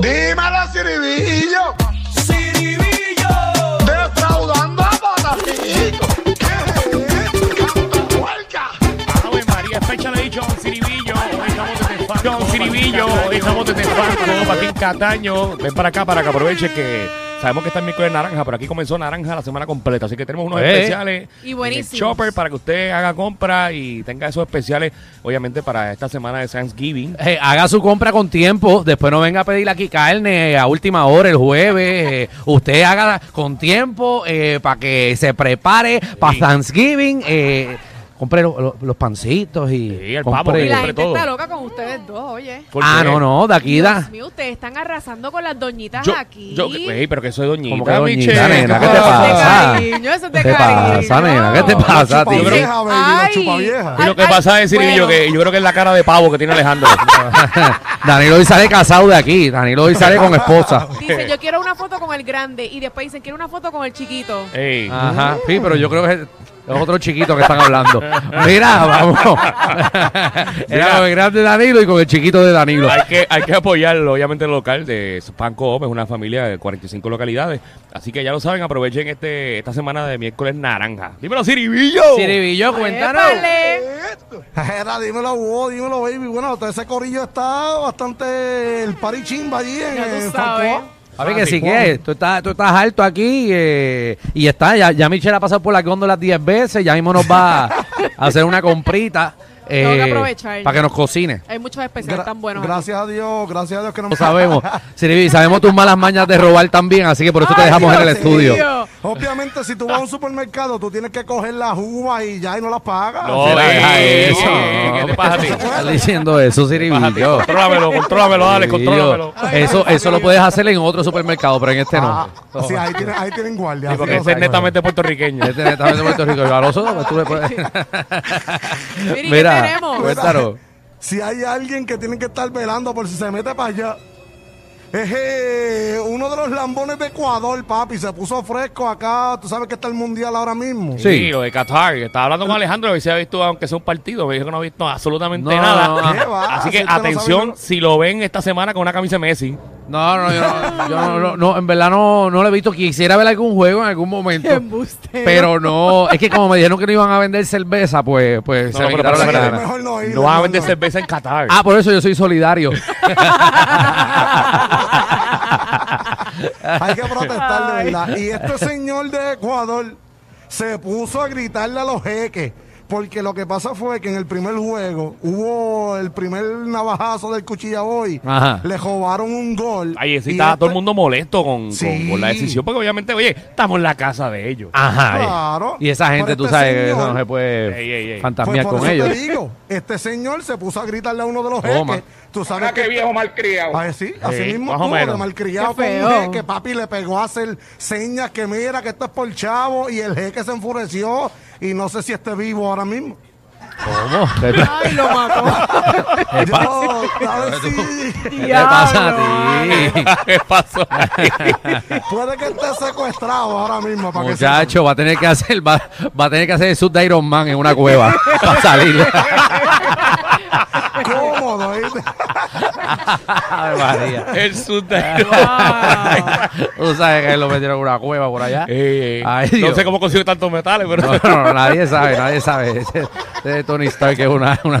Dímelo, Ciribillo. Ciribillo. Defraudando a Patacito. ¡Canta puerca! Ave María, es fecha de John Ciribillo. John Ciribillo, hoy estamos desde Franco, Patín Cataño. Ven para acá para que aproveche que sabemos que está el miércoles naranja, pero aquí comenzó naranja la semana completa. Así que tenemos unos Eh. especiales. Y buenísimos. en el Chopper para que usted haga compra y tenga esos especiales, obviamente, para esta semana de Thanksgiving. Eh, haga su compra con tiempo, después no venga a pedir aquí carne a última hora el jueves. eh, usted haga con tiempo para que se prepare para Sí. Thanksgiving. eh, compre lo- lo- los pancitos y. Sí, el pavo, compre- Y la Sobre gente todo. está loca con ustedes dos, oye. ¿Por Ah, qué? no, no, de aquí da. Dios mío, ustedes están arrasando con las doñitas Yo, aquí. yo, ey, pero que soy doñita, Como que doñita, Michelle. nena, ¿qué Eso te es de pasa? cariño, eso es de ¿Qué te pasa, cariño. nena? ¿Qué te pasa a ti? Yo creo- Vieja, Ah, baby, chupa Y vieja. lo que Ay, ay, pasa es, Ciribillo, bueno. que yo creo que es la cara de pavo que tiene Alejandro. Danilo hoy sale casado de aquí. Danilo hoy sale con esposa. Dice, yo quiero una foto con el grande. Y después dicen, quiero una foto con el chiquito. Ey. Ajá, sí, pero yo creo que es los otros chiquitos que están hablando. Mira, vamos. Era con el grande Danilo y con el chiquito de Danilo. hay que, hay que apoyarlo, obviamente, el local de Panco es una familia de 45 localidades. Así que ya lo saben, aprovechen este esta semana de miércoles naranja. Dímelo, Ciribillo. Ciribillo, Épale. Era, dímelo, wow, dímelo, baby. Bueno, todo ese corillo está bastante el parichimba allí en, Ya tú en sabes. Fancoa. Ah, A ver que sí que tú estás, tú estás alto aquí eh, y está, ya, ya Michelle ha pasado por las góndolas 10 veces, ya mismo nos va a hacer una comprita Tengo que eh, aprovechar. para que nos cocine. Hay muchos especiales Gra- tan buenos. aquí. Gracias a Dios, gracias a Dios que no Lo sabemos. Siribi, sabemos tus malas mañas de robar también, así que por eso te Ay, dejamos en el Dios estudio. mío. Obviamente, si tú vas a un supermercado, tú tienes que coger las uvas y ya y no las pagas. Ah, No, Mira, ey, deja ey, eso, ey, no. ¿Qué te pasa a ti? Estás diciendo eso, Bájate, Siribillo. Contrólamelo, contrólamelo, dale, contrólamelo. Eso, eso lo puedes hacer en otro supermercado, pero en este no. Ah, sí, ahí tienen, ahí tienen guardia. Sí, así porque no ese es sé. netamente puertorriqueño. Este netamente Puerto Rico. Yo a los otros, pues, tú le puedes- Mira, ¿y qué Mira, tenemos? cuéntanos. Si hay alguien que tiene que estar velando por si se mete para allá. Es eh, uno de los lambones de Ecuador, papi. Se puso fresco acá. Tú sabes que está el mundial ahora mismo. Sí. lo de Qatar. que Estaba hablando con Alejandro y se ha visto, aunque sea un partido, me dijo que no ha visto absolutamente No, nada. no, no. ¿Qué va? Así Si que usted no sabe atención, nada. si lo ven esta semana con una camisa de Messi. No, no, yo, no, yo no, no, no, en verdad no, no lo he visto. Quisiera ver algún juego en algún momento. Embustero. Pero no, es que como me dijeron que no iban a vender cerveza, pues, pues No, se no, me pero quitaron espera, las espera, ganas. Mejor no ir. No van a mejor vender no. cerveza en Qatar. Ah, por eso yo soy solidario. Hay que protestar, de Ay. verdad. Y este señor de Ecuador se puso a gritarle a los jeques. Porque lo que pasa fue que en el primer juego hubo el primer navajazo del cuchilla hoy. Ajá. Le robaron un gol. Ahí sí Y está este- todo el mundo molesto con, Sí. con- con la decisión, porque obviamente, oye, estamos en la casa de ellos. Ajá. eh. Claro. Y esa gente, Pero tú este sabes que señor- eso no se puede Ey, ey, ey. Pues fantasmear por con eso ellos. te digo, este señor se puso a gritarle a uno de los Toma. jeques. Tú sabes que Ah, viejo malcriado. Ah, sí, así Sí, mismo más o estuvo de menos. malcriado Qué fue un feo. jeque, papi le pegó a hacer señas que mira que esto es por chavo y el jeque se enfureció y no sé si esté vivo ahora mismo. ¿Cómo? ¿Qué te- Ah, Ay, lo mató. Yo, a ver si- qué te pasa a ti? ¿Qué pasó? puede que esté secuestrado ahora mismo para que sepa. Muchacho, va a tener que hacer, va, va a tener que hacer el sud de Iron Man en una cueva para salir. cómodo. ¿viste? Ave María. El sultán. Ah. Wow. Tú sabes que lo metieron en una cueva por allá. Ey, ey. Ay, eh, no Dios. sé cómo consigue tantos metales, pero. No, no, no, nadie sabe, nadie sabe. Ese, ese Tony Stark es una, una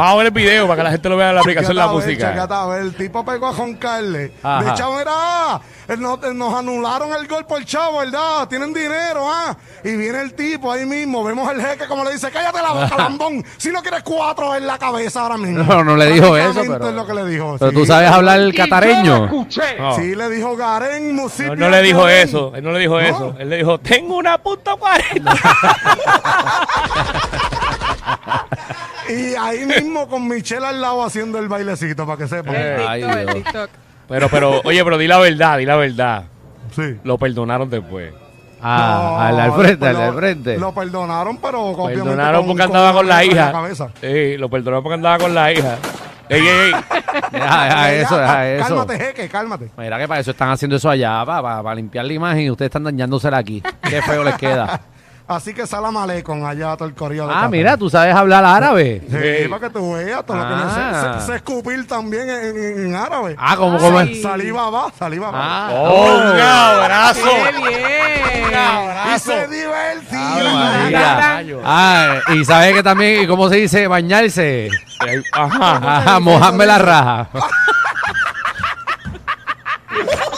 Vamos a ver el video para que la gente lo vea en la aplicación de la Chacata, ver, música. chacata, ver, el tipo pegó a joncarle. Ajá. De chavo era, eh, no- eh, nos anularon el gol por chavo, ¿verdad? Tienen dinero, ¿ah? Y viene el tipo ahí mismo, vemos al jeque como le dice, cállate la boca, lambón, si no quieres cuatro en la cabeza ahora mismo. No, no le dijo eso, Prácticamente pero- es lo que le dijo. Pero sí. tú sabes hablar el catareño. No. Sí, le dijo Garen, No, Musipio, no le dijo Garen". eso, él no le dijo eso. Él le dijo, tengo una punta 40. Y ahí mismo con Michelle al lado haciendo el bailecito, para que sepan. Eh. Ay, TikTok, Dios. el TikTok. Pero, pero, oye, pero di la verdad, di la verdad. Sí. Lo perdonaron después. Ah, No, al, al frente, al, lo- al frente. Lo perdonaron, pero obviamente Perdonaron con- porque andaba con la en hija. cabeza. Sí, lo perdonaron porque andaba con la hija. Ey, ey, ey. Deja, deja Ya, Ah, eso, deja cálmate, eso. Cálmate, jeque, cálmate. Mira que para eso están haciendo eso allá, para, limpiar la imagen y ustedes están dañándosela aquí. Qué feo les queda. Así que salam aleikum allá todo el corrido de Ah, Qatar. mira, tú sabes hablar árabe. Sí, Sí. para que tú veas todo Ah. lo que no sé, sé, sé escupir también en, en- en árabe. Ah, como, como. Ay. Saliva va, saliva va. Ah. ¡Oh, un abrazo! bien! y se divirtió. Ave Tan, María. tan. Ah, y sabes que también, ¿cómo se dice? Bañarse. Eh, Ajá. Ajá, mojarme la raja.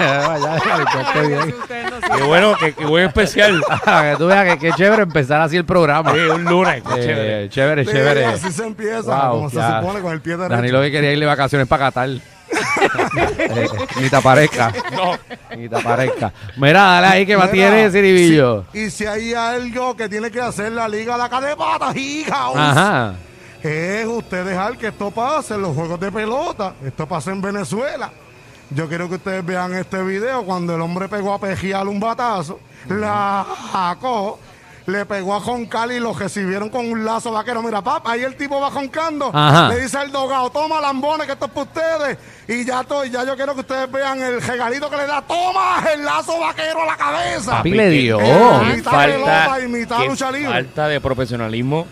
Eh, Ustedes no Qué bueno, qué, qué buen especial. Para que tú veas que qué chévere empezar así el programa. Sí, un lunes. qué Eh, chévere. chévere, chévere. Sí, Así se empieza, Wow, como se ya. supone, con el pie derecho. Danilo que quería ir de vacaciones para Qatar. Eh, ni te aparezca. No. Ni te aparezca. Mira, dale ahí que Mira, mantiene Ciribillo. si- y si hay algo que tiene que hacer la liga, la cadepata, hija, Ajá. es usted dejar que esto pase en los juegos de pelota. Esto pasa en Venezuela. Yo quiero que ustedes vean este video cuando el hombre pegó a Pejial un batazo, la jacó, le pegó a Joncal y lo recibieron con un lazo vaquero. Mira, papá, ahí el tipo va joncando. Ajá. Le dice al dogado, toma lambones, que esto es para ustedes. Y ya, to- ya yo quiero que ustedes vean el regalito que le da. Toma el lazo vaquero a la cabeza. Papi le dio. qué Mitad falta, Ah, pelota y mitad qué lucha libre. falta de profesionalismo.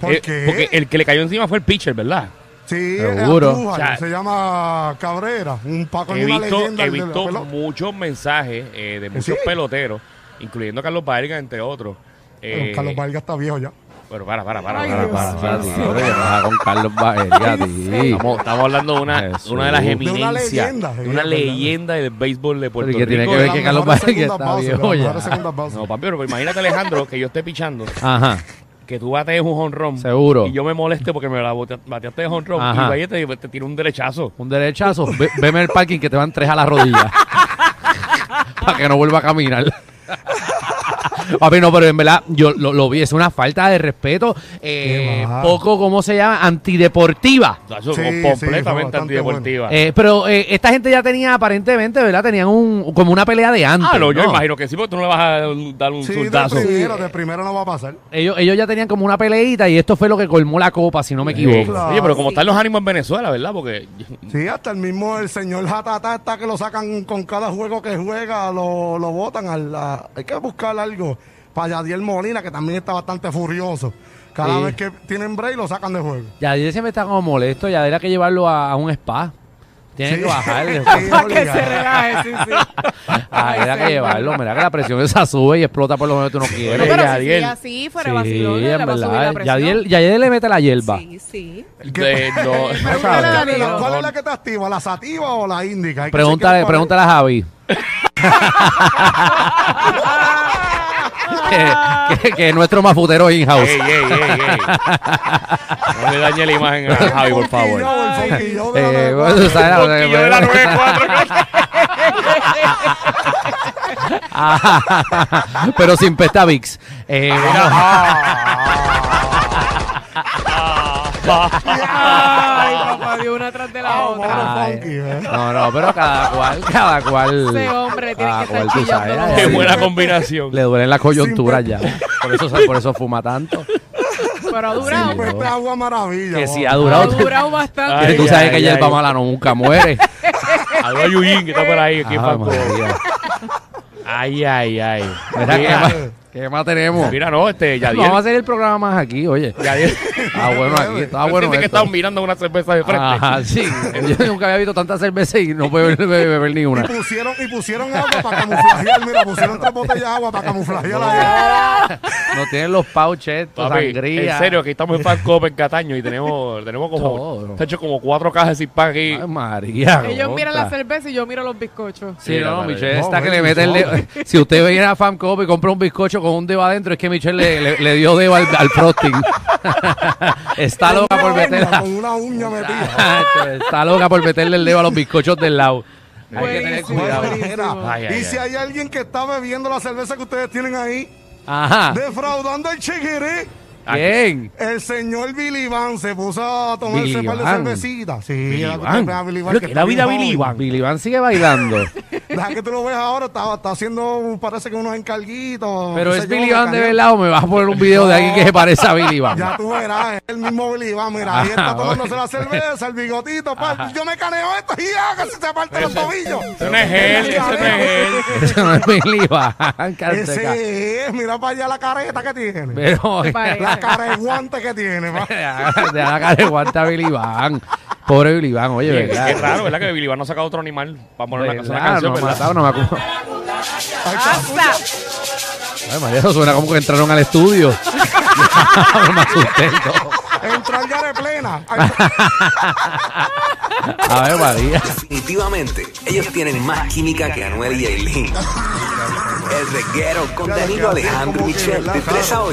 ¿Por Eh, qué? Porque el que le cayó encima fue el pitcher, ¿verdad? Sí, Seguro. Andújar, O sea, se llama Cabrera, un Paco He una visto, leyenda he del- del visto pelota. muchos mensajes eh, de muchos Sí. peloteros, incluyendo a Carlos Vargas, entre otros. Eh, Pero Carlos Vargas está viejo ya. Bueno, para, para, para. Ay, para, Dios para, mío. para. Con Carlos Baería, tío. Estamos, estamos hablando de una, Jesús. una de las De una eminencias, de leyenda, una sí, leyenda, es verdad. del béisbol de Puerto Pero ¿y qué tiene Rico. que ver Las que Carlos mejores Vargas segundas está bases, viejo las ya. mejores segundas bases. No, papi, pero imagínate, Alejandro, que yo esté pichando, Ajá. que tú batees un honrón. Seguro. Y yo me moleste porque me la bote- bateaste de honrón. Ajá. Y vaya, te, te tiro un derechazo. Un derechazo. Ve- veme el parking que te van tres a la rodilla. Para que no vuelva a caminar. Papi, no, pero en verdad, yo lo, lo vi, es una falta de respeto, eh, Qué va. poco, ¿cómo se llama? Antideportiva. Eso Sí, com- sí, fue completamente bastante antideportiva. Eh, pero eh, esta gente ya tenía aparentemente, ¿verdad? Tenían un, como una pelea de antes. ah, no, yo ¿no? imagino que sí, porque tú no le vas a dar un Sí, de soldazo. primero, de primero no va a pasar. Ellos, ellos ya tenían como una peleita y esto fue lo que colmó la copa, si no me equivoco. claro. Oye, pero como Sí. están los ánimos en Venezuela, ¿verdad? Porque Sí, hasta el mismo el señor Jatata está que lo sacan con cada juego que juega, lo, lo botan. al- a- hay que buscar algo para Yadiel Molina, que también está bastante furioso. Cada Sí. vez que tienen break lo sacan de juego. Yadier siempre está como molesto, Yadier hay que llevarlo a, a un spa. Tienen Sí. que bajarle. Sí, Para que obligado. se relaje, sí, sí. Ah, era que llevarlo. Mira que la presión esa sube y explota por lo menos tú no quieres. No, pero si Yadiel. sigue así, fuera Sí, vacilón, le en va a subir verdad. la presión. Yadiel, Yadiel le mete la hierba. Sí, sí. de- no, Pero ¿Cuál, Pregúntale a es la, Danilo. cuál es la que te activa? ¿La sativa o la índica? Hay que Pregúntale, chequear cuál es. pregúntale a Javi. que, que- que es nuestro mafutero in-house. Ey, ey, ey, ey. No le dañe la imagen a Javi, por favor. Fonquillo, el fonquillo de la- Eh, bueno, tú sabes, la- Yo de la 9-4. Ah, pero sin pesta Vicks. Eh, vamos- Ay, papá, dio una tras de Ah, la Vamos, otra. vamos, Ay. Fonky, eh. no, no, pero cada cual, cada cual. Ese hombre tiene cada que estar cual, tú chillando sabes, los Qué Yadier. buena combinación. Le duelen las coyunturas Sin ya. Por eso, se- por eso fuma tanto. Pero ha durado. Sí, Pues este agua maravilla. Que vamos. si ha ha durado. durado bastante. Pero tú Ay, sabes ay, que ay. hierba mala no nunca muere. Ah, Algo a Yuyin que está por ahí. Aquí en Ave Falcón. María. Ay, ay, ay. Mira, ¿qué, Mira, más, qué más tenemos? mira, no, este, No, vamos a Yadiel. hacer el programa más aquí, oye. Yadiel. Ah, bueno, aquí está Yo bueno. sentí que esto. estaban mirando una cerveza de frente. Ajá, sí. Yo nunca había visto tanta cerveza y no puedo beber, beber- beber ni Y una. pusieron, y pusieron agua para camuflajear. Mira, pusieron tres botellas de agua para camuflajear la No tienen los pouches, estos, Papi, sangría. en serio, aquí estamos en Falcón, en Cataño, y tenemos, tenemos como, Todo. se ha hecho como cuatro cajas sin pan aquí. Ay, María. Ellos miran la gota. cerveza y yo miro los bizcochos. Sí, Mira, no, madre. Michelle No, está que le baby, mete el no. dedo. Si usted viene a FanCop y compra un bizcocho con un dedo adentro, es que Michelle le, le- le dio dedo al, al frosting. está agua. loca por meter Con una uña metida. Está loca por meterle el dedo a los bizcochos del lado. Hay que tener Buenísimo, cuidado. buenísimo. Ay, ay, y si hay alguien que está bebiendo la cerveza que ustedes tienen ahí, Ajá. defraudando el chiquiré, Bien. el señor Billy Van se puso a tomarse Billy un par de Van. cervecitas. Sí, Billy era que Van. usted vea a Billy Van, Lo que que la está vida bien Billy joven. Van. Billy Van sigue bailando. Deja que tú lo veas ahora, está, está haciendo, parece que unos encarguitos. Pero no es sé yo, Billy me Van de cayó. verdad o me vas a poner un video de alguien que se parece a Billy Van. Ya tú verás, es el mismo Billy Van, mira, ahí Ajá, Ah, está tomándose bueno. la cerveza, el bigotito, pa, yo me caneo esto y ya, que se te parte los tobillos. no es él, ese no es él. Eso no es Billy Van, Canteca. Ese es, mira para allá la careta que tiene. Pero, Me parece. La cara de guante que tiene, pa. de la cara de guanta Billy Van. Pobre Billy Van, oye, Oye, ¿verdad? Qué raro, ¿verdad? Que Billy Van no saca otro animal para poner una, canción- una ¿Verdad? canción, No me ha ¿verdad? matado, no me ha cu- Ahí está. ¡Hasta! Ay, María, eso suena como que entraron al estudio. me asusté y todo. Entrar ya de plena. Ahí está. A ver, María. Definitivamente, ellos tienen más química que Anuel y Aileen. El reguero con Danilo Alejandro y Michel de 3 a 8.